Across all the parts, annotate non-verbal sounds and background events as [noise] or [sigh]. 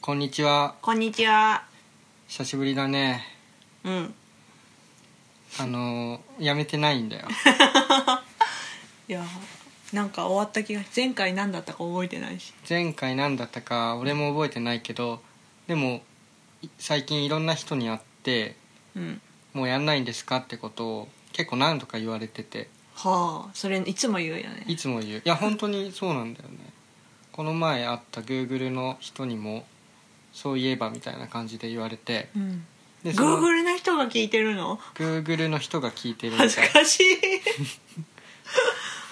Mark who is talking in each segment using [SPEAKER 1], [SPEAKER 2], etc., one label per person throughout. [SPEAKER 1] こんにちは
[SPEAKER 2] こんにちは。
[SPEAKER 1] 久しぶりだね
[SPEAKER 2] うん。
[SPEAKER 1] あのー、やめてないんだよ
[SPEAKER 2] [laughs] いや、なんか終わった気が前回何だったか覚えてないし。
[SPEAKER 1] 前回何だったか俺も覚えてないけどでもい最近いろんな人に会って
[SPEAKER 2] うん。
[SPEAKER 1] もうやんないんですかってことを結構何度か言われてて
[SPEAKER 2] はあ、それいつも言うよ
[SPEAKER 1] い
[SPEAKER 2] ね。
[SPEAKER 1] つも言ういや本当にそうなんだよねこの前会ったグーグルの人にもそういえばみたいな感じで言われて
[SPEAKER 2] うん。
[SPEAKER 1] でその
[SPEAKER 2] Google の人が聞いてるの。
[SPEAKER 1] グーグルの人が聞いてるみたい
[SPEAKER 2] 恥ずかしい。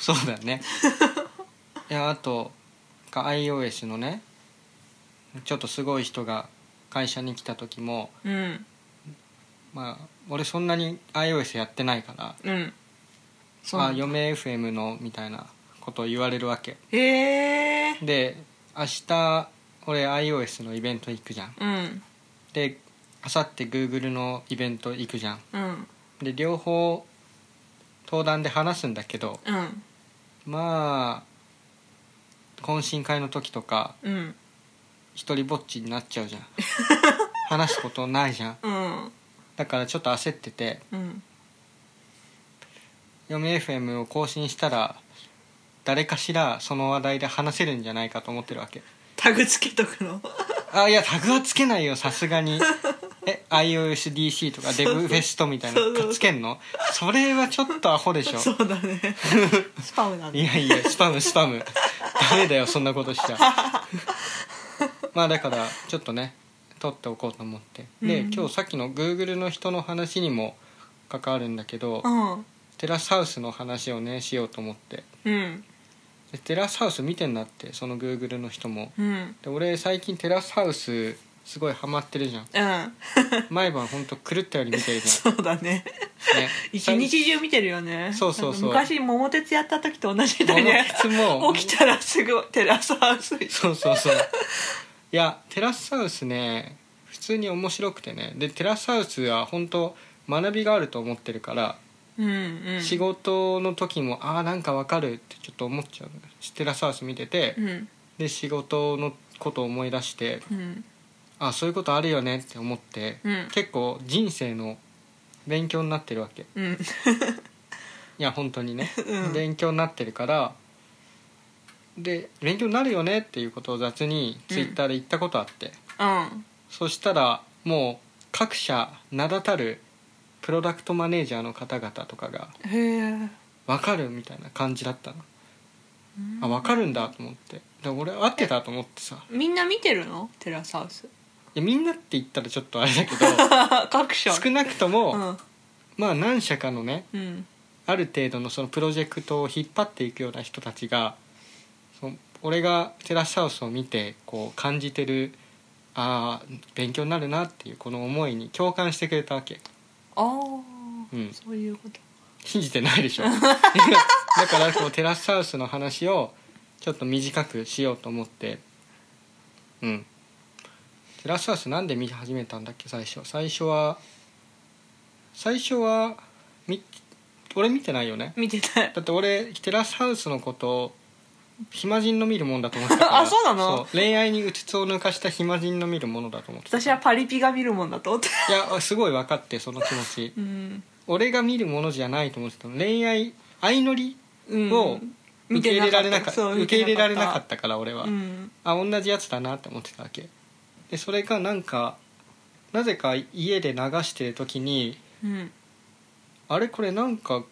[SPEAKER 1] そうだ
[SPEAKER 2] [laughs]
[SPEAKER 1] ねいやあとか iOS のねちょっとすごい人が会社に来た時も
[SPEAKER 2] うん。
[SPEAKER 1] まあ俺そんなに iOS やってないから
[SPEAKER 2] うん。そう
[SPEAKER 1] あ
[SPEAKER 2] なんだ。
[SPEAKER 1] 嫁 FM のみたいなことを言われるわけ
[SPEAKER 2] へえ。
[SPEAKER 1] で明日俺 iOS のイベント行くじゃん
[SPEAKER 2] うん。
[SPEAKER 1] で明後日 Google のイベント行くじゃん
[SPEAKER 2] うん。
[SPEAKER 1] で両方登壇で話すんだけど
[SPEAKER 2] うん。
[SPEAKER 1] まあ懇親会の時とか
[SPEAKER 2] うん。
[SPEAKER 1] 一人ぼっちになっちゃうじゃん話すことないじゃん
[SPEAKER 2] うん。
[SPEAKER 1] だからちょっと焦ってて
[SPEAKER 2] うん。
[SPEAKER 1] 「嫁 FM」を更新したら誰かしらその話題で話せるんじゃないかと思ってるわけ
[SPEAKER 2] タグつけとくの。
[SPEAKER 1] あいやタグはつけないよさすがにえ iOSDC とかデブフェストみたいな
[SPEAKER 2] そうそう
[SPEAKER 1] のつけんのそれはちょっとアホでしょ
[SPEAKER 2] そうだ [laughs] ね。スパムなんだ
[SPEAKER 1] い。やいやスパムスパムダメだよそんなことしちゃ
[SPEAKER 2] [laughs]
[SPEAKER 1] まあだからちょっとね取っておこうと思ってで、
[SPEAKER 2] うん
[SPEAKER 1] 今日さっきの Google の人の話にも関わるんだけど、
[SPEAKER 2] うん。
[SPEAKER 1] テラスハウスの話をねしようと思って
[SPEAKER 2] うん。
[SPEAKER 1] でテラスハウス見てんだってその Google の人も
[SPEAKER 2] うん。
[SPEAKER 1] で俺最近テラスハウスすごいハマってるじゃん
[SPEAKER 2] うん。
[SPEAKER 1] 毎晩ほんと狂ったように見てるじ
[SPEAKER 2] そうだね。
[SPEAKER 1] ゃん、ね、
[SPEAKER 2] [laughs] 一日中見てるよね
[SPEAKER 1] そうそうそう
[SPEAKER 2] なんか昔桃鉄やった時と同じだね
[SPEAKER 1] 桃鉄も
[SPEAKER 2] [laughs] 起きたらすぐテラスハウスに
[SPEAKER 1] そうそうそういやテラスハウスね普通に面白くてねでテラスハウスは本当学びがあると思ってるから、
[SPEAKER 2] うんうん
[SPEAKER 1] 仕事の時もああんかわかるってちょっと思っちゃうテラスハウス見てて、
[SPEAKER 2] うん
[SPEAKER 1] で仕事のことを思い出して
[SPEAKER 2] うん
[SPEAKER 1] あそういうことあるよねって思って、
[SPEAKER 2] うん
[SPEAKER 1] 結構人生の勉強になってるわけい
[SPEAKER 2] うん
[SPEAKER 1] や本当にね、
[SPEAKER 2] [laughs] うん
[SPEAKER 1] 勉強になってるからで勉強になるよねっていうことを雑にツイッターで言ったことあって、
[SPEAKER 2] うん
[SPEAKER 1] そしたらもう各社名だたるプロダクトマネージャーの方々とかが
[SPEAKER 2] へえ
[SPEAKER 1] 分かるみたいな感じだったの、
[SPEAKER 2] うん
[SPEAKER 1] あ分かるんだと思ってで俺合ってたと思ってさ
[SPEAKER 2] みんな見てるのテラスハウス [laughs]
[SPEAKER 1] いやみんなって言ったらちょっとあれだけ
[SPEAKER 2] 各所
[SPEAKER 1] ど少なくとも、
[SPEAKER 2] うん
[SPEAKER 1] まあ何社かのね
[SPEAKER 2] うん
[SPEAKER 1] ある程度のそのプロジェクトを引っ張っていくような人たちがその俺がテラスハウスを見てこう感じてるああ勉強になるなっていうこの思いに共感してくれたわけ
[SPEAKER 2] ああ
[SPEAKER 1] うん
[SPEAKER 2] そういうこと
[SPEAKER 1] 信じてない
[SPEAKER 2] [laughs]
[SPEAKER 1] でしょだからこうテラスハウスの話をちょっと短くしようと思ってうんテラスハウスなんで見始めたんだっけ最初最初は最初はみ俺見てないよね
[SPEAKER 2] 見てない
[SPEAKER 1] だって俺テラスハウスのことを暇人の見るもんだと思ってたから
[SPEAKER 2] [laughs] あそうなの
[SPEAKER 1] そう恋愛にうつつを抜かした暇人の見るものだと思ってた
[SPEAKER 2] 私はパリピが見るもんだと思って
[SPEAKER 1] いやすごい分かってその気持ち
[SPEAKER 2] うん
[SPEAKER 1] 俺が見るものじゃないと思ってたの恋愛相乗り
[SPEAKER 2] うん
[SPEAKER 1] を受け入れられなかった,、
[SPEAKER 2] そう
[SPEAKER 1] 受け入れられなか
[SPEAKER 2] 見
[SPEAKER 1] ったから俺は、
[SPEAKER 2] たうん
[SPEAKER 1] あ同じやつだなって思ってたわけでそれがなんかなぜか家で流してる時に
[SPEAKER 2] うん
[SPEAKER 1] あれこれなんか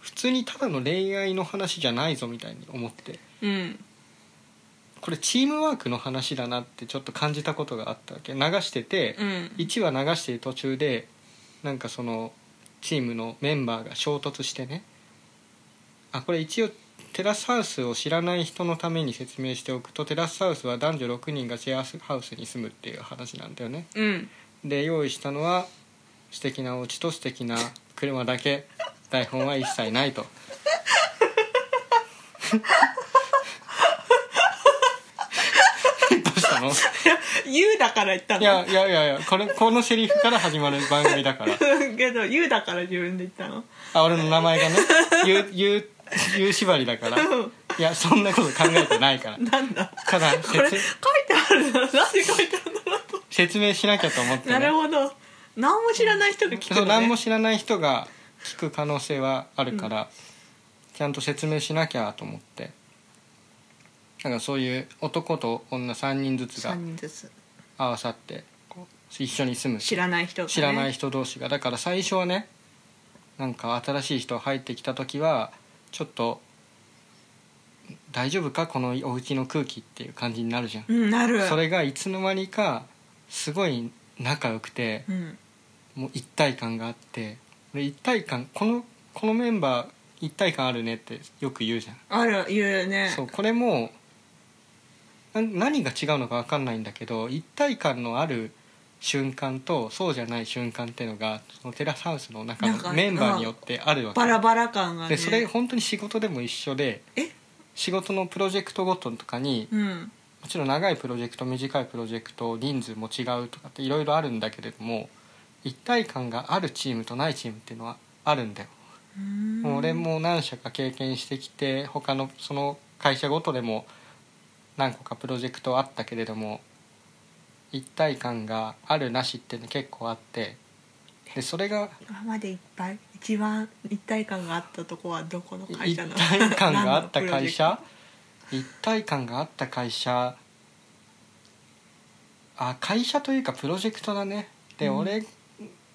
[SPEAKER 1] 普通にただの恋愛の話じゃないぞみたいに思って
[SPEAKER 2] うん
[SPEAKER 1] これチームワークの話だなってちょっと感じたことがあったわけ流してて、
[SPEAKER 2] うん
[SPEAKER 1] 1話流してる途中でなんかそのチームのメンバーが衝突してねあこれ一応テラスハウスを知らない人のために説明しておくとテラスハウスは男女6人がシェアハウスに住むっていう話なんだよね
[SPEAKER 2] うん
[SPEAKER 1] で用意したのは素敵なお家と素敵な車だけ台本は一切ないと [laughs] どうしたの
[SPEAKER 2] 言うだから言ったの
[SPEAKER 1] いやいやいやいやこれこのセリフから始まる番組だから
[SPEAKER 2] [laughs] けど言うだから自分で言ったの
[SPEAKER 1] あ俺の名前がね言う言う言う縛りだからいやそんなこと考えてないから
[SPEAKER 2] なんだ
[SPEAKER 1] ただ
[SPEAKER 2] これ書い
[SPEAKER 1] 説
[SPEAKER 2] てあるのなんで書いてあるんだろうと
[SPEAKER 1] 説明しなきゃと思って、ね、
[SPEAKER 2] なるほど何も知らない人が聞
[SPEAKER 1] そ
[SPEAKER 2] くの、
[SPEAKER 1] う
[SPEAKER 2] ね、
[SPEAKER 1] 何も知らない人が聞く可能性はあるから、ちゃんと説明しなきゃと思ってなんかそういう男と女3人ずつが
[SPEAKER 2] 3人ずつ
[SPEAKER 1] 合わさってこう一緒に住む
[SPEAKER 2] 知らない人が、ね、
[SPEAKER 1] 知らない人同士がだから最初はねなんか新しい人入ってきた時はちょっと大丈夫かこのお家の空気っていう感じになるじゃん、
[SPEAKER 2] うんなる
[SPEAKER 1] それがいつの間にかすごい仲良くて
[SPEAKER 2] うん
[SPEAKER 1] もう一体感があって俺一体感このこのメンバー一体感あるねってよく言うじゃん、
[SPEAKER 2] ある言うね
[SPEAKER 1] [laughs] そうこれもな何が違うのか分かんないんだけど一体感のある瞬間とそうじゃない瞬間っていうのがそのテラスハウスの中
[SPEAKER 2] なんか
[SPEAKER 1] のメンバーによってあるわけ
[SPEAKER 2] バラバラ感がね
[SPEAKER 1] でそれ本当に仕事でも一緒で
[SPEAKER 2] え
[SPEAKER 1] 仕事のプロジェクトごととかに
[SPEAKER 2] うん
[SPEAKER 1] もちろん長いプロジェクト短いプロジェクト人数も違うとかっていろいろあるんだけれども一体感があるチームとないチームっていうのはあるんだよ。
[SPEAKER 2] うん
[SPEAKER 1] もう俺も何社か経験してきて他のその会社ごとでも何個かプロジェクトあったけれども一体感があるなしっていうの結構あってでそれが
[SPEAKER 2] 今までいっぱい一番一体感があったとこはどこの会
[SPEAKER 1] 一
[SPEAKER 2] 社なの
[SPEAKER 1] 体感があった会
[SPEAKER 2] [laughs] 何の
[SPEAKER 1] 社一体感があった会社あ会社というかプロジェクトだねで、
[SPEAKER 2] うん
[SPEAKER 1] 俺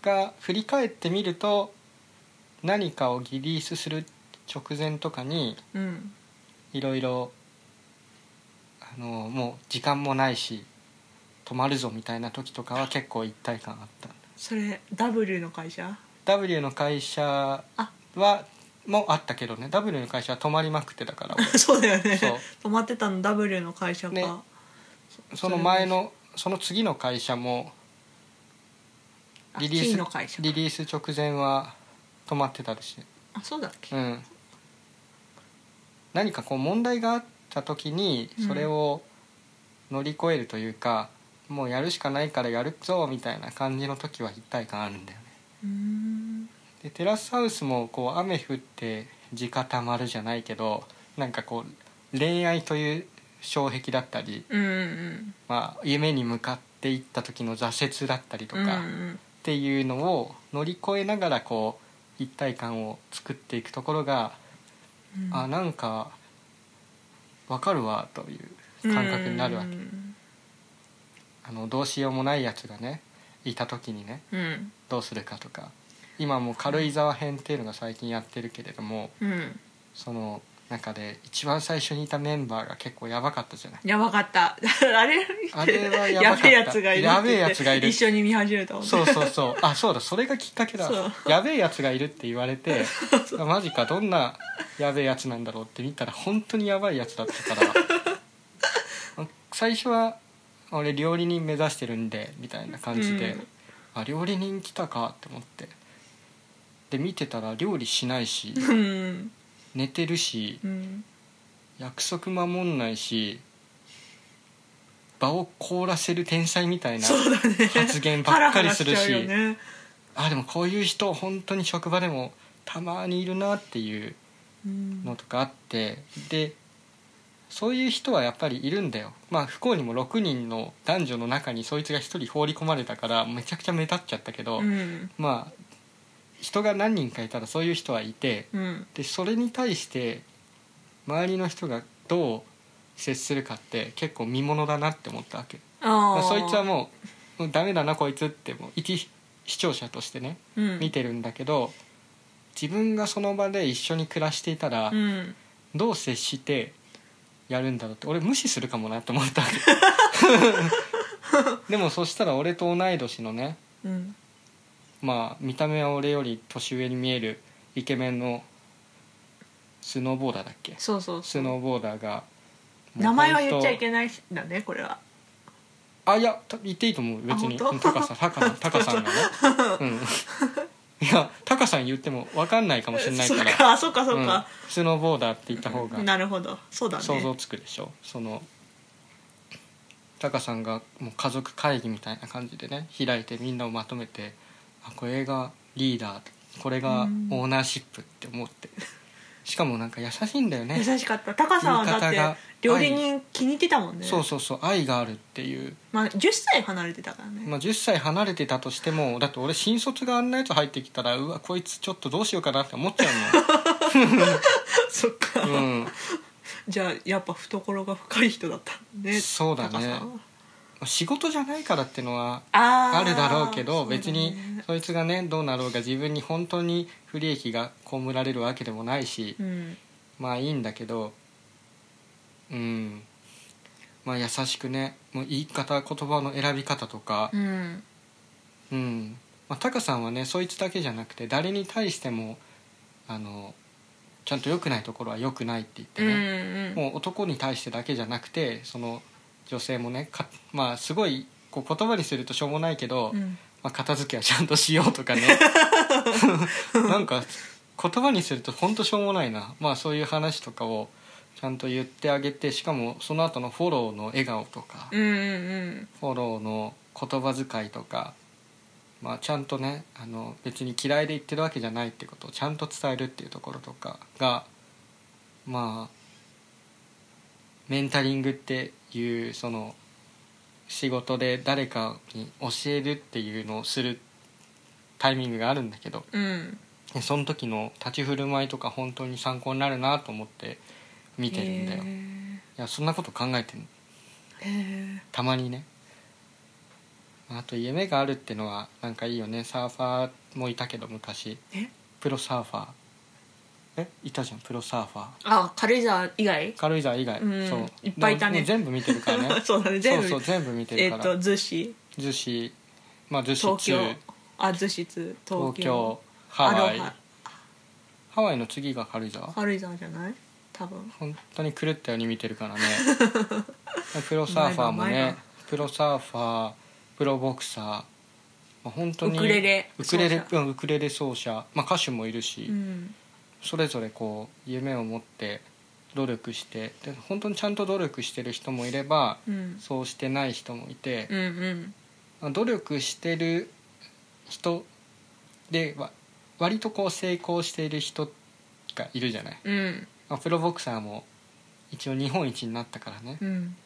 [SPEAKER 1] が振り返ってみると何かをリリースする直前とかに
[SPEAKER 2] プロジェク
[SPEAKER 1] いろいろあのもう時間もないし止まるぞみたいな時とかは結構一体感あった
[SPEAKER 2] トうんそれ W の会社
[SPEAKER 1] W の会社
[SPEAKER 2] あ
[SPEAKER 1] はもあったけどね W の会社は止まりまくってだ
[SPEAKER 2] [laughs]
[SPEAKER 1] から
[SPEAKER 2] そうだよね
[SPEAKER 1] そう
[SPEAKER 2] 泊まってたの W の会社か、
[SPEAKER 1] ねその前のその次の会社も
[SPEAKER 2] あ
[SPEAKER 1] リリー
[SPEAKER 2] T
[SPEAKER 1] ス
[SPEAKER 2] の会社か
[SPEAKER 1] リリース直前は止まってたりして
[SPEAKER 2] あそうだっけ、
[SPEAKER 1] うん何かこう問題があった時に
[SPEAKER 2] うん
[SPEAKER 1] それを乗り越えるというか、もうやるしかないからやるぞみたいな感じの時は一体感あるんだよね
[SPEAKER 2] うーん
[SPEAKER 1] でテラスハウスもこう雨降って地固まるじゃないけどなんかこう恋愛という障壁だったり、
[SPEAKER 2] うんうん
[SPEAKER 1] まあ、夢に向かっていった時の挫折だったりと
[SPEAKER 2] うん
[SPEAKER 1] か、
[SPEAKER 2] うんうん
[SPEAKER 1] っていうのを乗り越えながらこう一体感を作っていくところが、
[SPEAKER 2] うん
[SPEAKER 1] あなんかわかるわという感覚になるわけ、
[SPEAKER 2] うん
[SPEAKER 1] あのどうしようもないやつがねいた時にね
[SPEAKER 2] うん
[SPEAKER 1] どうするかとか今もう軽井沢編っていうのが最近やってるけれども
[SPEAKER 2] うん
[SPEAKER 1] その中で一番最初にいたメンバーが結構やばかったじゃない
[SPEAKER 2] やばかったあれ
[SPEAKER 1] あれはやばか
[SPEAKER 2] [laughs] や
[SPEAKER 1] った
[SPEAKER 2] べえやつがいるって言って
[SPEAKER 1] やべえやつがいる
[SPEAKER 2] 一緒に見始めたもんね
[SPEAKER 1] そうそうそうあそうだそれがきっかけだ
[SPEAKER 2] そう
[SPEAKER 1] やべえやつがいるって言われ
[SPEAKER 2] [laughs]
[SPEAKER 1] てあマジかどんなやべえやつなんだろうって見たら本当にやばいやつだったから最初は俺料理人目指してるんでみたいな感じで、
[SPEAKER 2] うん
[SPEAKER 1] あ料理人来たかって思ってで見てたら料理しないし
[SPEAKER 2] うん
[SPEAKER 1] 寝てるし
[SPEAKER 2] うん
[SPEAKER 1] 約束守んないし場を凍らせる天才みたいな
[SPEAKER 2] そうだね
[SPEAKER 1] 発言ばっかりするし
[SPEAKER 2] ハラハラちゃうよね
[SPEAKER 1] あでもこういう人本当に職場でもたまにいるなっていう
[SPEAKER 2] うん
[SPEAKER 1] のとかあってでそういう人はやっぱりいるんだよまあ不幸にも6人の男女の中にそいつが1人放り込まれたからめちゃくちゃ目立っちゃったけど、
[SPEAKER 2] うん
[SPEAKER 1] まあ人が何人かいたらそういう人はいて
[SPEAKER 2] うん
[SPEAKER 1] でそれに対して周りの人がどう接するかって結構見ものだなって思ったわけ
[SPEAKER 2] あ
[SPEAKER 1] まあ
[SPEAKER 2] あ
[SPEAKER 1] そいつはもうもうダメだなこいつってもう一視聴者としてね
[SPEAKER 2] うん
[SPEAKER 1] 見てるんだけど自分がその場で一緒に暮らしていたら
[SPEAKER 2] うん
[SPEAKER 1] どう接してやるんだろうって俺無視するかもなって思ったわ
[SPEAKER 2] [laughs]
[SPEAKER 1] けでもそしたら俺と同い年のね
[SPEAKER 2] うん
[SPEAKER 1] まあ見た目は俺より年上に見えるイケメンのスノーボーダーだっけ
[SPEAKER 2] そうそうそ
[SPEAKER 1] ス
[SPEAKER 2] う
[SPEAKER 1] ノーボーダーが
[SPEAKER 2] 名前は言っち
[SPEAKER 1] な
[SPEAKER 2] ゃい
[SPEAKER 1] い
[SPEAKER 2] けないんだねこれは
[SPEAKER 1] あいやた言っていいと思う別に
[SPEAKER 2] あ本当
[SPEAKER 1] タカさんタ
[SPEAKER 2] [laughs]
[SPEAKER 1] カタカさんがねうんいやタカさん言っても分かんないかもしれないから
[SPEAKER 2] そうかそうかそうか、
[SPEAKER 1] うんスノーボーダーって言った方が
[SPEAKER 2] なるほどそうだね
[SPEAKER 1] 想像つくでしょ、そのタカさんがもう家族会議みたいな感じでね開いてみんなをまとめてあこれがリーダーこれがオーナーシップって思って、しかもなんか優しいんだよね
[SPEAKER 2] 優しかったタカさんはだっ
[SPEAKER 1] 言い方
[SPEAKER 2] て
[SPEAKER 1] が
[SPEAKER 2] 料理人気に入ってたもんね
[SPEAKER 1] そうそうそう愛があるっていう、
[SPEAKER 2] まあ10歳離れてたからね、
[SPEAKER 1] まあ、10歳離れてたとしてもだって俺新卒があんなやつ入ってきたらうわこいつちょっとどうしようかなって思っちゃ
[SPEAKER 2] そっか、
[SPEAKER 1] うも
[SPEAKER 2] [laughs]
[SPEAKER 1] ん、うん、
[SPEAKER 2] じゃあやっぱ懐が深い人だったんだね
[SPEAKER 1] そうだね
[SPEAKER 2] タカさんは
[SPEAKER 1] 仕事じゃないからってのは
[SPEAKER 2] あー
[SPEAKER 1] あるだろうけど
[SPEAKER 2] そうだね
[SPEAKER 1] 別にそいつがねどうなろうが自分に本当に不利益が被られるわけでもないし
[SPEAKER 2] うん
[SPEAKER 1] まあいいんだけどうんまあ優しくねもう言い方言葉の選び方とか
[SPEAKER 2] うん
[SPEAKER 1] うんまあタカさんはねそいつだけじゃなくて誰に対してもあのちゃんと良くないところは良くないって言っ
[SPEAKER 2] う
[SPEAKER 1] て
[SPEAKER 2] んう
[SPEAKER 1] ね、
[SPEAKER 2] ん
[SPEAKER 1] もう男に対してだけじゃなくてその女性もねかまあすごいこう言葉にするとしょうもないけど、
[SPEAKER 2] うん
[SPEAKER 1] まあ、片付けはちゃんとしようと
[SPEAKER 2] [laughs]
[SPEAKER 1] かねなんか言葉にするとほんとしょうもないな、まあ、そういう話とかをちゃんと言ってあげてしかもその後のフォローの笑顔とか、
[SPEAKER 2] うんうん
[SPEAKER 1] フォローの言葉遣いとか、まあ、ちゃんとねあの別に嫌いで言ってるわけじゃないってことをちゃんと伝えるっていうところとかがまあメンタリングっていうその仕事で誰かに教えるっていうのをするタイミングがあるんだけど
[SPEAKER 2] うん
[SPEAKER 1] その時の立ち振る舞いとか本当に参考になるなと思って見てるんだよ。
[SPEAKER 2] へ
[SPEAKER 1] いやそんなこと考えてる
[SPEAKER 2] えへえ
[SPEAKER 1] たまにねあと夢があるってのはなんかいいよねサーファーもいたけど昔
[SPEAKER 2] え
[SPEAKER 1] プロサーファーえいたじゃんプロサーファー
[SPEAKER 2] あ軽井沢以外
[SPEAKER 1] 軽井沢以外、
[SPEAKER 2] うん
[SPEAKER 1] そう
[SPEAKER 2] いっぱいいたね
[SPEAKER 1] もう全部見てるからね
[SPEAKER 2] [laughs] そうだね全部
[SPEAKER 1] そうそう全部見て
[SPEAKER 2] え
[SPEAKER 1] るか
[SPEAKER 2] っ、
[SPEAKER 1] ら、
[SPEAKER 2] と逗子
[SPEAKER 1] 逗子まあ逗子2
[SPEAKER 2] 東京
[SPEAKER 1] 東
[SPEAKER 2] あ逗子2
[SPEAKER 1] 京
[SPEAKER 2] 東京
[SPEAKER 1] ハワイ
[SPEAKER 2] アロハ
[SPEAKER 1] ハワイの次が軽井沢
[SPEAKER 2] 軽井沢じゃない多分
[SPEAKER 1] 本当に狂ったように見てる
[SPEAKER 2] [laughs]
[SPEAKER 1] からねプロサーファーも
[SPEAKER 2] うまいなうまい
[SPEAKER 1] ね
[SPEAKER 2] な
[SPEAKER 1] プロサーファープロボクサー、まあ、本当に
[SPEAKER 2] ウクレレ
[SPEAKER 1] ウクレレ
[SPEAKER 2] 奏、者
[SPEAKER 1] うん、ウクレレ奏者、まあ、歌手もいるし、
[SPEAKER 2] うん
[SPEAKER 1] それぞれこう夢を持って努力してで本当にちゃんと努力してる人もいれば
[SPEAKER 2] うん
[SPEAKER 1] そうしてない人もいて
[SPEAKER 2] う、んうん
[SPEAKER 1] まあ努力してる人でわ割とこう成功している人がいるじゃない。
[SPEAKER 2] うん
[SPEAKER 1] まあ、プロボクサーも一応日本一になったからね、
[SPEAKER 2] うん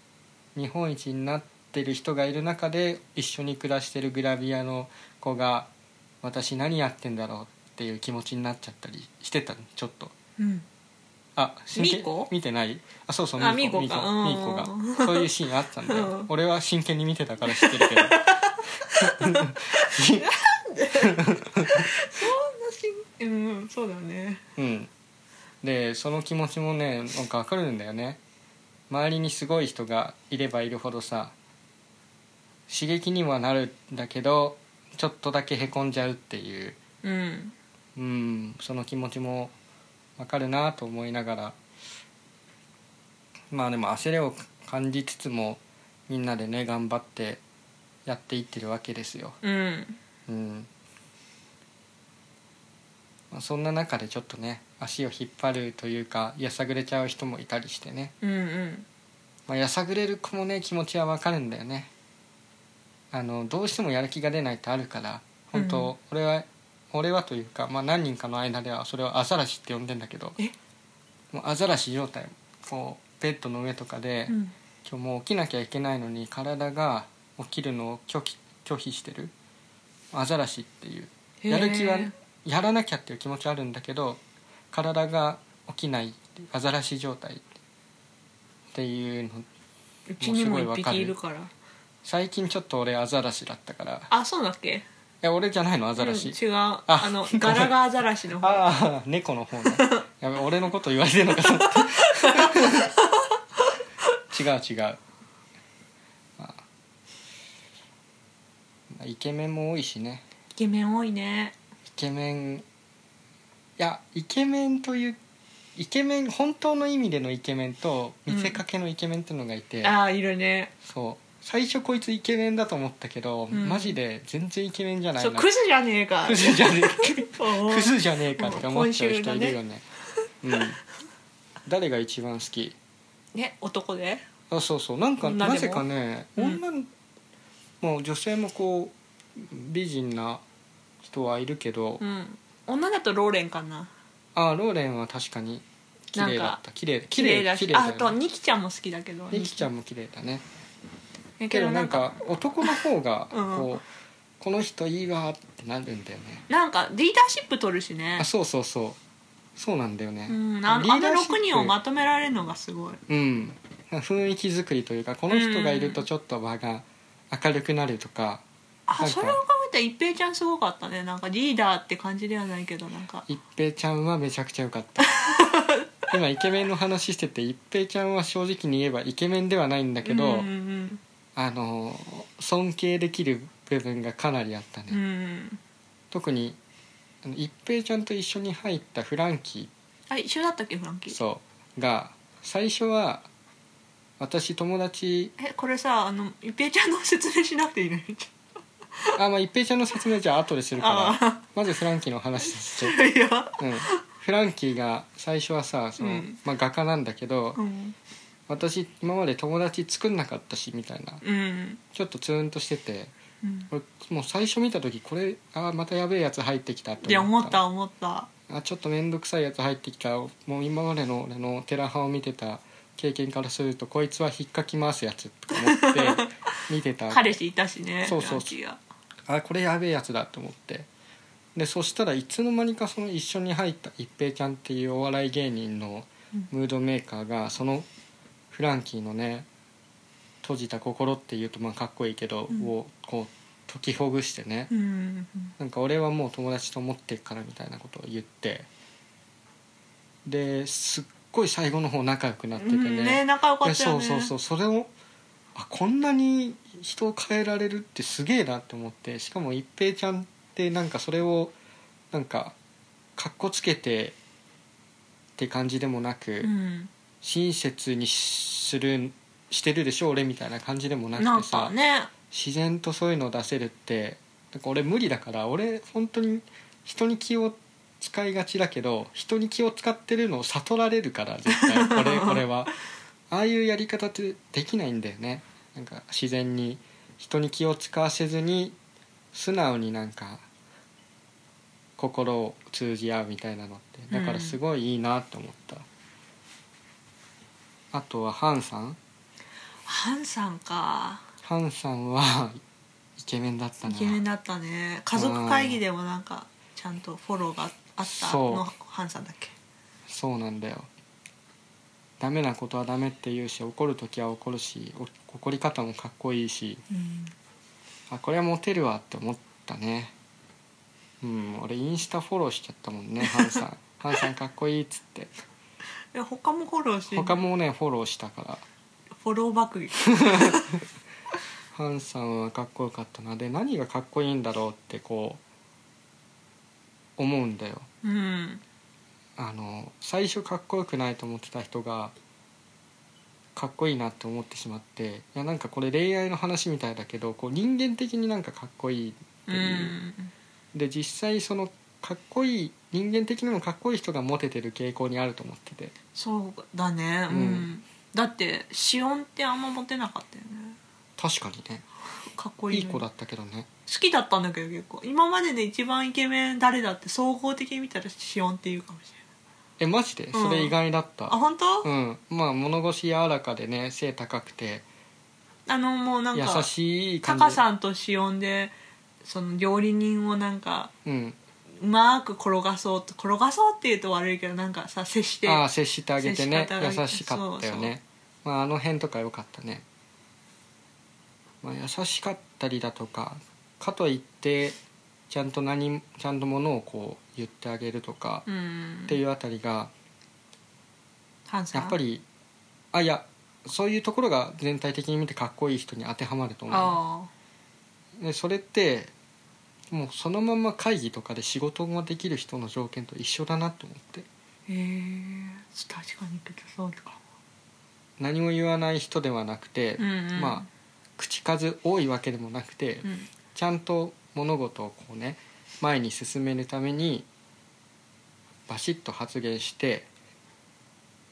[SPEAKER 1] 日本一になってる人がいる中で一緒に暮らしてるグラビアの子が「私何やってんだろう」っていう気持ちになっちゃったりしてたのちょっと。
[SPEAKER 2] うん
[SPEAKER 1] あ真剣
[SPEAKER 2] ミーコ
[SPEAKER 1] 見てないあそうそう
[SPEAKER 2] あ
[SPEAKER 1] ミーコ
[SPEAKER 2] ミ
[SPEAKER 1] ミ
[SPEAKER 2] ーコか
[SPEAKER 1] ーコミ
[SPEAKER 2] うん
[SPEAKER 1] ーコがそういうシーンあったんだよ、
[SPEAKER 2] うん
[SPEAKER 1] 俺は真剣に見てたから知ってるけど
[SPEAKER 2] そんなしんうんそうだね
[SPEAKER 1] うんでその気持ちもねなんか分かるんだよね周りにすごい人がいればいるほどさ刺激にはなるんだけどちょっとだけへこんじゃうっていう
[SPEAKER 2] うん
[SPEAKER 1] うんその気持ちも分かるなと思いながらまあでも焦りを感じつつもみんなでね頑張ってやっていってるわけですよ。
[SPEAKER 2] うん
[SPEAKER 1] うんまあ、そんな中でちょっとね足を引っ張るというかやさぐれちゃう人もいたりしてね、
[SPEAKER 2] うんうん
[SPEAKER 1] まあ、やさぐれる子もね気持ちはわかるんだよねあのどうしてもやる気が出ないってあるから本当、
[SPEAKER 2] うん
[SPEAKER 1] 俺は俺はというか、まあ、何人かの間ではそれをアザラシって呼んでんだけど
[SPEAKER 2] え
[SPEAKER 1] もうアザラシ状態こうベッドの上とかで、
[SPEAKER 2] うん
[SPEAKER 1] 今日もう起きなきゃいけないのに体が起きるのを拒否拒否してるアザラシっていう
[SPEAKER 2] へー
[SPEAKER 1] やる気はやらなきゃっていう気持ちはあるんだけど体が起きないっていうアザラシ状態っていうの
[SPEAKER 2] うちにも一匹いるから
[SPEAKER 1] 最近ちょっと俺アザラシだったから
[SPEAKER 2] あそうだっけ
[SPEAKER 1] え俺じゃないのアザラシ、
[SPEAKER 2] うん違うあの柄がアザラシの方
[SPEAKER 1] ああ猫の
[SPEAKER 2] [laughs]
[SPEAKER 1] 方ねやべ俺のこと言われてるのかと思って [laughs] 違う違う、まあまあイケメンも多いしね
[SPEAKER 2] イケメン多いね
[SPEAKER 1] イケメンいやイケメンというイケメン本当の意味でのイケメンと見せかけのイケメンっていうのがいて、
[SPEAKER 2] ああいるね
[SPEAKER 1] そう最初こいつイケメンだと思ったけど、
[SPEAKER 2] ん
[SPEAKER 1] マジで全然イケメンじゃない
[SPEAKER 2] そう
[SPEAKER 1] な
[SPEAKER 2] クズじゃねえか
[SPEAKER 1] クズじゃねえ
[SPEAKER 2] [laughs] おー
[SPEAKER 1] クズじゃねえかって思っちゃう人いるよねうん誰が一番好き
[SPEAKER 2] ね男で
[SPEAKER 1] あそうそうなんか
[SPEAKER 2] 女でも
[SPEAKER 1] なぜかね
[SPEAKER 2] うん
[SPEAKER 1] 女、もう女性もこう美人な人はいるけど、
[SPEAKER 2] うん女だとローレンかな
[SPEAKER 1] あローレンは確かに綺麗だった綺麗綺
[SPEAKER 2] 綺麗
[SPEAKER 1] 麗
[SPEAKER 2] だ
[SPEAKER 1] 綺
[SPEAKER 2] し
[SPEAKER 1] 麗
[SPEAKER 2] あ
[SPEAKER 1] だ
[SPEAKER 2] と
[SPEAKER 1] よね
[SPEAKER 2] ニキちゃんも好きだけど
[SPEAKER 1] ゆきちゃ
[SPEAKER 2] ん
[SPEAKER 1] んも綺麗だね
[SPEAKER 2] だけ
[SPEAKER 1] け
[SPEAKER 2] ど
[SPEAKER 1] どな
[SPEAKER 2] な
[SPEAKER 1] んん
[SPEAKER 2] か
[SPEAKER 1] か男の方が
[SPEAKER 2] うん
[SPEAKER 1] こうこの人いいわってなるんだよね
[SPEAKER 2] なんかリーダーシップ取るしね
[SPEAKER 1] あそうそうそうそうなんだよね
[SPEAKER 2] うん、ああの
[SPEAKER 1] リーダーシップ
[SPEAKER 2] 6人をまとめられるのがすごい
[SPEAKER 1] うん雰囲気作りというかこの人がいるとちょっと場が明るくなるとかなん
[SPEAKER 2] あ
[SPEAKER 1] か
[SPEAKER 2] それを考えたら一平ちゃんすごかったねなんかリーダーって感じではないけどなんか
[SPEAKER 1] 一平ちゃんはめちゃくちゃ良かった
[SPEAKER 2] [laughs]
[SPEAKER 1] 今イケメンの話してて一平ちゃんは正直に言えばイケメンではないんだけど、
[SPEAKER 2] うんうん
[SPEAKER 1] あの尊敬できる部分がかなりあったね、
[SPEAKER 2] うんうん
[SPEAKER 1] 特にあの一平ちゃんと一緒に入ったフランキ
[SPEAKER 2] あ一緒だったっけフランキ
[SPEAKER 1] ー
[SPEAKER 2] ー
[SPEAKER 1] そうが最初は私友達
[SPEAKER 2] えこれさあの一平ちゃんの説明しなくていいの
[SPEAKER 1] あまあ一平ちゃんの説明じゃあ後でするか
[SPEAKER 2] あ
[SPEAKER 1] らまずフランキーの話ですと、
[SPEAKER 2] いや
[SPEAKER 1] うん、フランキーが最初はさその、
[SPEAKER 2] うん
[SPEAKER 1] まあ、画家なんだけど、
[SPEAKER 2] うん
[SPEAKER 1] 私今まで友達作んなかったしみたいな
[SPEAKER 2] うん
[SPEAKER 1] ちょっとツーンとしてて
[SPEAKER 2] うん
[SPEAKER 1] これもう最初見た時これあーまたやべえやつ入ってきたって
[SPEAKER 2] いや思った思った
[SPEAKER 1] あちょっと面倒くさいやつ入ってきたもう今までの俺のテラ派を見てた経験からするとこいつは引っかき回すやつと思
[SPEAKER 2] [laughs]
[SPEAKER 1] って見てた
[SPEAKER 2] 彼氏いたしね
[SPEAKER 1] そうそう
[SPEAKER 2] フランキーが
[SPEAKER 1] あこれやべえやつだと思ってでそしたらいつの間にかその一緒に入った一平ちゃんっていうお笑い芸人の
[SPEAKER 2] うん
[SPEAKER 1] ムードメーカーがそのフランキーのね閉じた心っていうとまあかっこいいけど、
[SPEAKER 2] うん
[SPEAKER 1] をこう解きほぐしてね、
[SPEAKER 2] うんうん
[SPEAKER 1] なんか俺はもう友達と思ってっからみたいなことを言ってですっごい最後の方仲良くなっててね,
[SPEAKER 2] う
[SPEAKER 1] で、
[SPEAKER 2] んね仲良かった
[SPEAKER 1] そう
[SPEAKER 2] よね
[SPEAKER 1] そうそうそれをあこんなに人を変えられるってすげえなって思ってしかも一平ちゃんってなんかそれをなんかかっこつけてって感じでもなく、
[SPEAKER 2] うん
[SPEAKER 1] 親切にするしてるでしょ俺みたいな感じでもな
[SPEAKER 2] な
[SPEAKER 1] く
[SPEAKER 2] ん
[SPEAKER 1] てさ
[SPEAKER 2] かね
[SPEAKER 1] 自然とそういうのを出せるってなんか俺無理だから俺本当に人に気を使いがちだけど人に気を使ってるのを悟られるから絶対こ
[SPEAKER 2] [laughs]
[SPEAKER 1] れこれはああいうやり方ってできないんだよねなんか自然に人に気を使わせずに素直になんか心を通じ合うみたいなのってだからすごいいいなって思った、あとはハンさん
[SPEAKER 2] ハンさんか
[SPEAKER 1] ハンさんはイケメンだった
[SPEAKER 2] イ
[SPEAKER 1] な
[SPEAKER 2] ケメンだったね家族会議でもなんかちゃんとフォローがあった
[SPEAKER 1] そう
[SPEAKER 2] のハンさんだっけ
[SPEAKER 1] そうなんだよダメなことはダメって言うし怒る時は怒るしお怒り方もかっこいいし
[SPEAKER 2] うん
[SPEAKER 1] あこれはモテるわって思ったねうん俺インスタフォローしちゃったもんねハンさんハンさんかっこいいっつって
[SPEAKER 2] いや他もフォローして
[SPEAKER 1] 他もねフォローしたから
[SPEAKER 2] フォロー爆撃
[SPEAKER 1] ハンさんはかっこよかったなで何がかっこいいんだろうってこう思うんだよ
[SPEAKER 2] うん
[SPEAKER 1] あの最初かっこよくないと思ってた人がかっこいいなって思ってしまっていやなんかこれ恋愛の話みたいだけどこう人間的になんかかっこいいって
[SPEAKER 2] う
[SPEAKER 1] いう、
[SPEAKER 2] ん
[SPEAKER 1] で実際そのかっこいい人間的にもかっこいい人がモテてる傾向にあると思ってて
[SPEAKER 2] そうだねうん、
[SPEAKER 1] うん
[SPEAKER 2] だってシオンってあんまモテなかったよね
[SPEAKER 1] 確かにね
[SPEAKER 2] かっこい
[SPEAKER 1] い
[SPEAKER 2] い
[SPEAKER 1] い
[SPEAKER 2] のに
[SPEAKER 1] 子だったけどね
[SPEAKER 2] 好きだったんだけど結構今までで一番イケメン誰だって総合的に見たらシオンっていうかもしれない
[SPEAKER 1] えマジでそれ意外だった
[SPEAKER 2] あ、本当、
[SPEAKER 1] うん、まあ物腰柔らかでね背高くて
[SPEAKER 2] あのもうなん
[SPEAKER 1] 優
[SPEAKER 2] か
[SPEAKER 1] しい
[SPEAKER 2] タ
[SPEAKER 1] 感じ
[SPEAKER 2] カさんとシオンでその料理人をなんか
[SPEAKER 1] うん、
[SPEAKER 2] うまく転がそうと転がそうっていうと悪いけどなんかさ接して
[SPEAKER 1] ああ接してあげてね
[SPEAKER 2] 接し方が
[SPEAKER 1] 優しかったよねまあ、あの辺とか良かったね、まあ、優しかったりだとかかといってちゃんと何ちゃんとものをこう言ってあげるとか
[SPEAKER 2] う
[SPEAKER 1] っ
[SPEAKER 2] ん
[SPEAKER 1] ていうあたりが
[SPEAKER 2] ハンさん
[SPEAKER 1] やっぱりあいやそういうところが全体的に見てかっこいい人に当てはまると思
[SPEAKER 2] あ
[SPEAKER 1] うでそれってもうそのまま会議とかで仕事ができる人の条件と一緒だなと思って
[SPEAKER 2] あへえ確かにけどそうか
[SPEAKER 1] 何も言わない人ではなくて、
[SPEAKER 2] うんうん
[SPEAKER 1] まあ口数多いわけでもなくて、
[SPEAKER 2] うん
[SPEAKER 1] ちゃんと物事をこうね前に進めるためにバシッと発言して、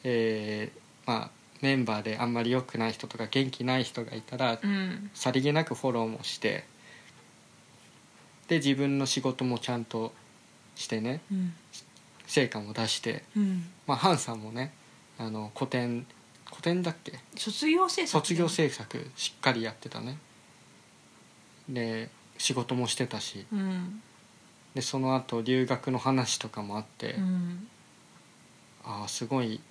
[SPEAKER 1] えーまあ、メンバーであんまり良くない人とか元気ない人がいたら、
[SPEAKER 2] うん
[SPEAKER 1] さりげなくフォローもしてで自分の仕事もちゃんとしてね
[SPEAKER 2] うん
[SPEAKER 1] 成果も出して、
[SPEAKER 2] うん、
[SPEAKER 1] まあ、ハンさんもねあの古典古典だっけ
[SPEAKER 2] 卒業制作
[SPEAKER 1] 卒業制作しっかりやってたねで仕事もしてたし
[SPEAKER 2] うん、
[SPEAKER 1] でその後留学の話とかもあって、
[SPEAKER 2] うん、
[SPEAKER 1] ああすごい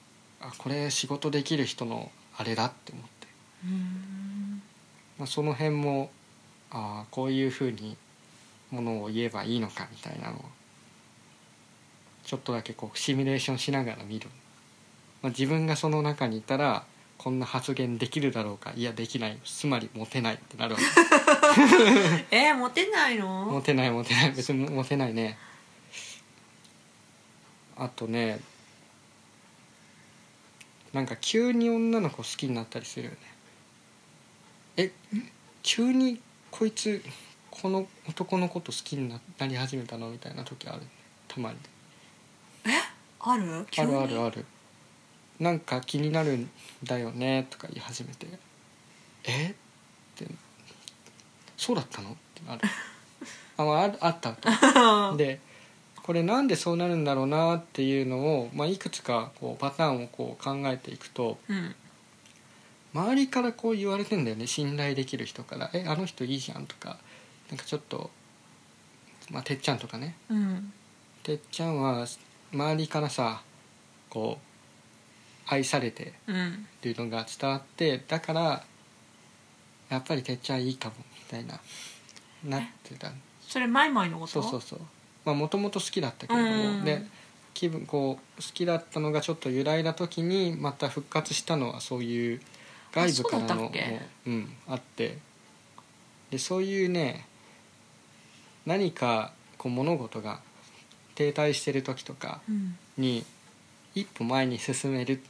[SPEAKER 1] あこれ仕事できる人のあれだって思って、
[SPEAKER 2] うん
[SPEAKER 1] まあ、その辺もああこういうふうにものを言えばいいのかみたいなのをちょっとだけこうシミュレーションしながら見る、まあ、自分がその中にいたらこんな発言できるだろうかいやできないつまりモテないってなるわけ
[SPEAKER 2] えー、モテないの
[SPEAKER 1] モテないモテない別にモテないねあとねなんか急に女の子好きになったりするよねえ急にこいつこの男のこと好きにななり始めたのみたいな時あるたまに
[SPEAKER 2] ある
[SPEAKER 1] あるある
[SPEAKER 2] る
[SPEAKER 1] あるなんか気になるんだよねとか言い始めてえってそうだったのってなるあ、まあ、あるあったあったでこれなんでそうなるんだろうなっていうのを、まあ、いくつかこうパターンをこう考えていくと
[SPEAKER 2] [laughs] うん
[SPEAKER 1] 周りからこう言われてんだよね信頼できる人から「えあの人いいじゃん」とかなんかちょっと、まあ、てっちゃんとかね
[SPEAKER 2] うん
[SPEAKER 1] てっちゃんは周りからさこう愛されて
[SPEAKER 2] うん
[SPEAKER 1] るのが伝わってだからやっぱりてっちゃんいいかもみたいななってた
[SPEAKER 2] それマイマイのこと
[SPEAKER 1] そうそうそうまあもともと好きだったけれども、
[SPEAKER 2] うん
[SPEAKER 1] で気分こう好きだったのがちょっと揺らいだ時にまた復活したのはそういう外部から
[SPEAKER 2] あそうだ
[SPEAKER 1] の
[SPEAKER 2] ったっけ
[SPEAKER 1] もううん、あってでそういうね何かこう物事が停滞してる時とか
[SPEAKER 2] うん
[SPEAKER 1] に一歩前に進める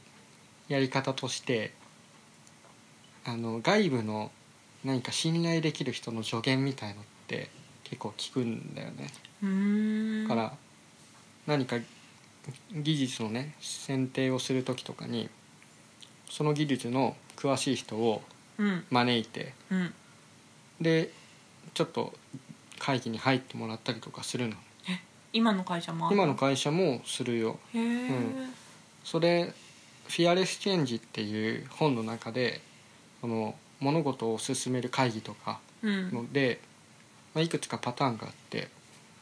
[SPEAKER 1] やり方としてあの外部の何か信頼できる人の助言みたいのって結構聞くんだよね。
[SPEAKER 2] うーん
[SPEAKER 1] から何か技術のね選定をする時とかにその技術の詳しい人を
[SPEAKER 2] うん
[SPEAKER 1] 招いて
[SPEAKER 2] うん
[SPEAKER 1] でちょっと会議に入ってもらったりとかするの
[SPEAKER 2] 今の会社もある
[SPEAKER 1] 今の会社もするよ
[SPEAKER 2] へえ、
[SPEAKER 1] うんそれ「フィアレス・チェンジ」っていう本の中でその物事を進める会議とか
[SPEAKER 2] うん
[SPEAKER 1] ので、まあ、いくつかパターンがあって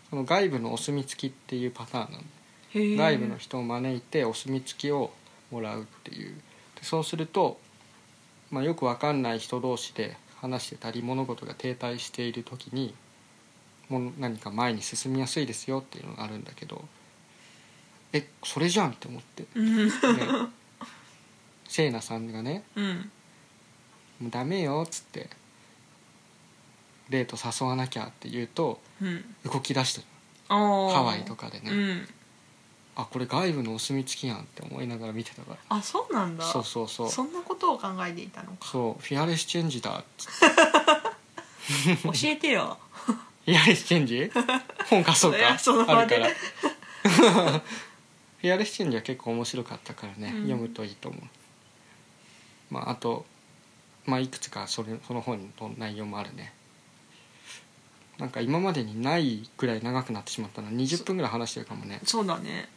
[SPEAKER 1] その外部のお墨付きっていうパターンなの
[SPEAKER 2] へえ
[SPEAKER 1] 外部の人を招いてお墨付きをもらうっていうでそうすると、まあ、よくわかんない人同士で話してたり物事が停滞している時にもう何か前に進みやすいですよっていうのがあるんだけどえそれじゃんって思
[SPEAKER 2] [laughs]
[SPEAKER 1] って。
[SPEAKER 2] うん
[SPEAKER 1] ねせいなさんがね
[SPEAKER 2] うん
[SPEAKER 1] 「もうダメよ」っつってデート誘わなきゃって言うと
[SPEAKER 2] うん
[SPEAKER 1] 動き出した
[SPEAKER 2] ああ
[SPEAKER 1] ハワイとかでね、
[SPEAKER 2] うん
[SPEAKER 1] あこれ外部のお墨付きやんって思いながら見てたか
[SPEAKER 2] あそうなん
[SPEAKER 1] ら
[SPEAKER 2] だ
[SPEAKER 1] そうそうそう
[SPEAKER 2] そんなことを考えていたの
[SPEAKER 1] [laughs]
[SPEAKER 2] か
[SPEAKER 1] そうフィアレスチェンジだっつっ
[SPEAKER 2] 教えてよ
[SPEAKER 1] てフィアレスチェン
[SPEAKER 2] [laughs]
[SPEAKER 1] ジ本貸そう
[SPEAKER 2] いや
[SPEAKER 1] か
[SPEAKER 2] その場
[SPEAKER 1] あるか
[SPEAKER 2] で
[SPEAKER 1] ら [laughs] フィアレスチェンジは結構面白かったからね、
[SPEAKER 2] うん
[SPEAKER 1] 読むといいと思うまああとまあいくつかそれその本の内容もあるねなんか今までにないくらい長くなってしまったな20分ぐらい話してるかもね
[SPEAKER 2] そうだね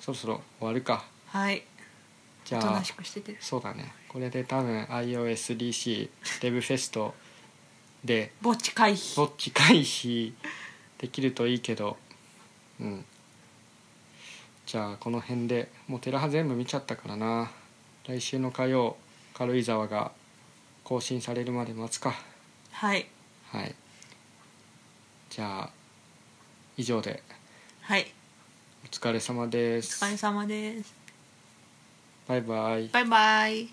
[SPEAKER 1] そろそろ終わるか
[SPEAKER 2] はい
[SPEAKER 1] じ
[SPEAKER 2] お
[SPEAKER 1] ゃ
[SPEAKER 2] と
[SPEAKER 1] あ
[SPEAKER 2] なしくしてて
[SPEAKER 1] そうだねこれで多分 iOSDC デブフェストで
[SPEAKER 2] 墓地回避
[SPEAKER 1] どっち回避できるといいけどうんじゃあこの辺でもう寺派全部見ちゃったからな来週の火曜軽井沢が更新されるまで待つか
[SPEAKER 2] はい
[SPEAKER 1] はいじゃあ以上で
[SPEAKER 2] はい
[SPEAKER 1] お疲れ様で
[SPEAKER 2] お
[SPEAKER 1] す
[SPEAKER 2] 疲れ様です
[SPEAKER 1] バイバイ
[SPEAKER 2] バイバイ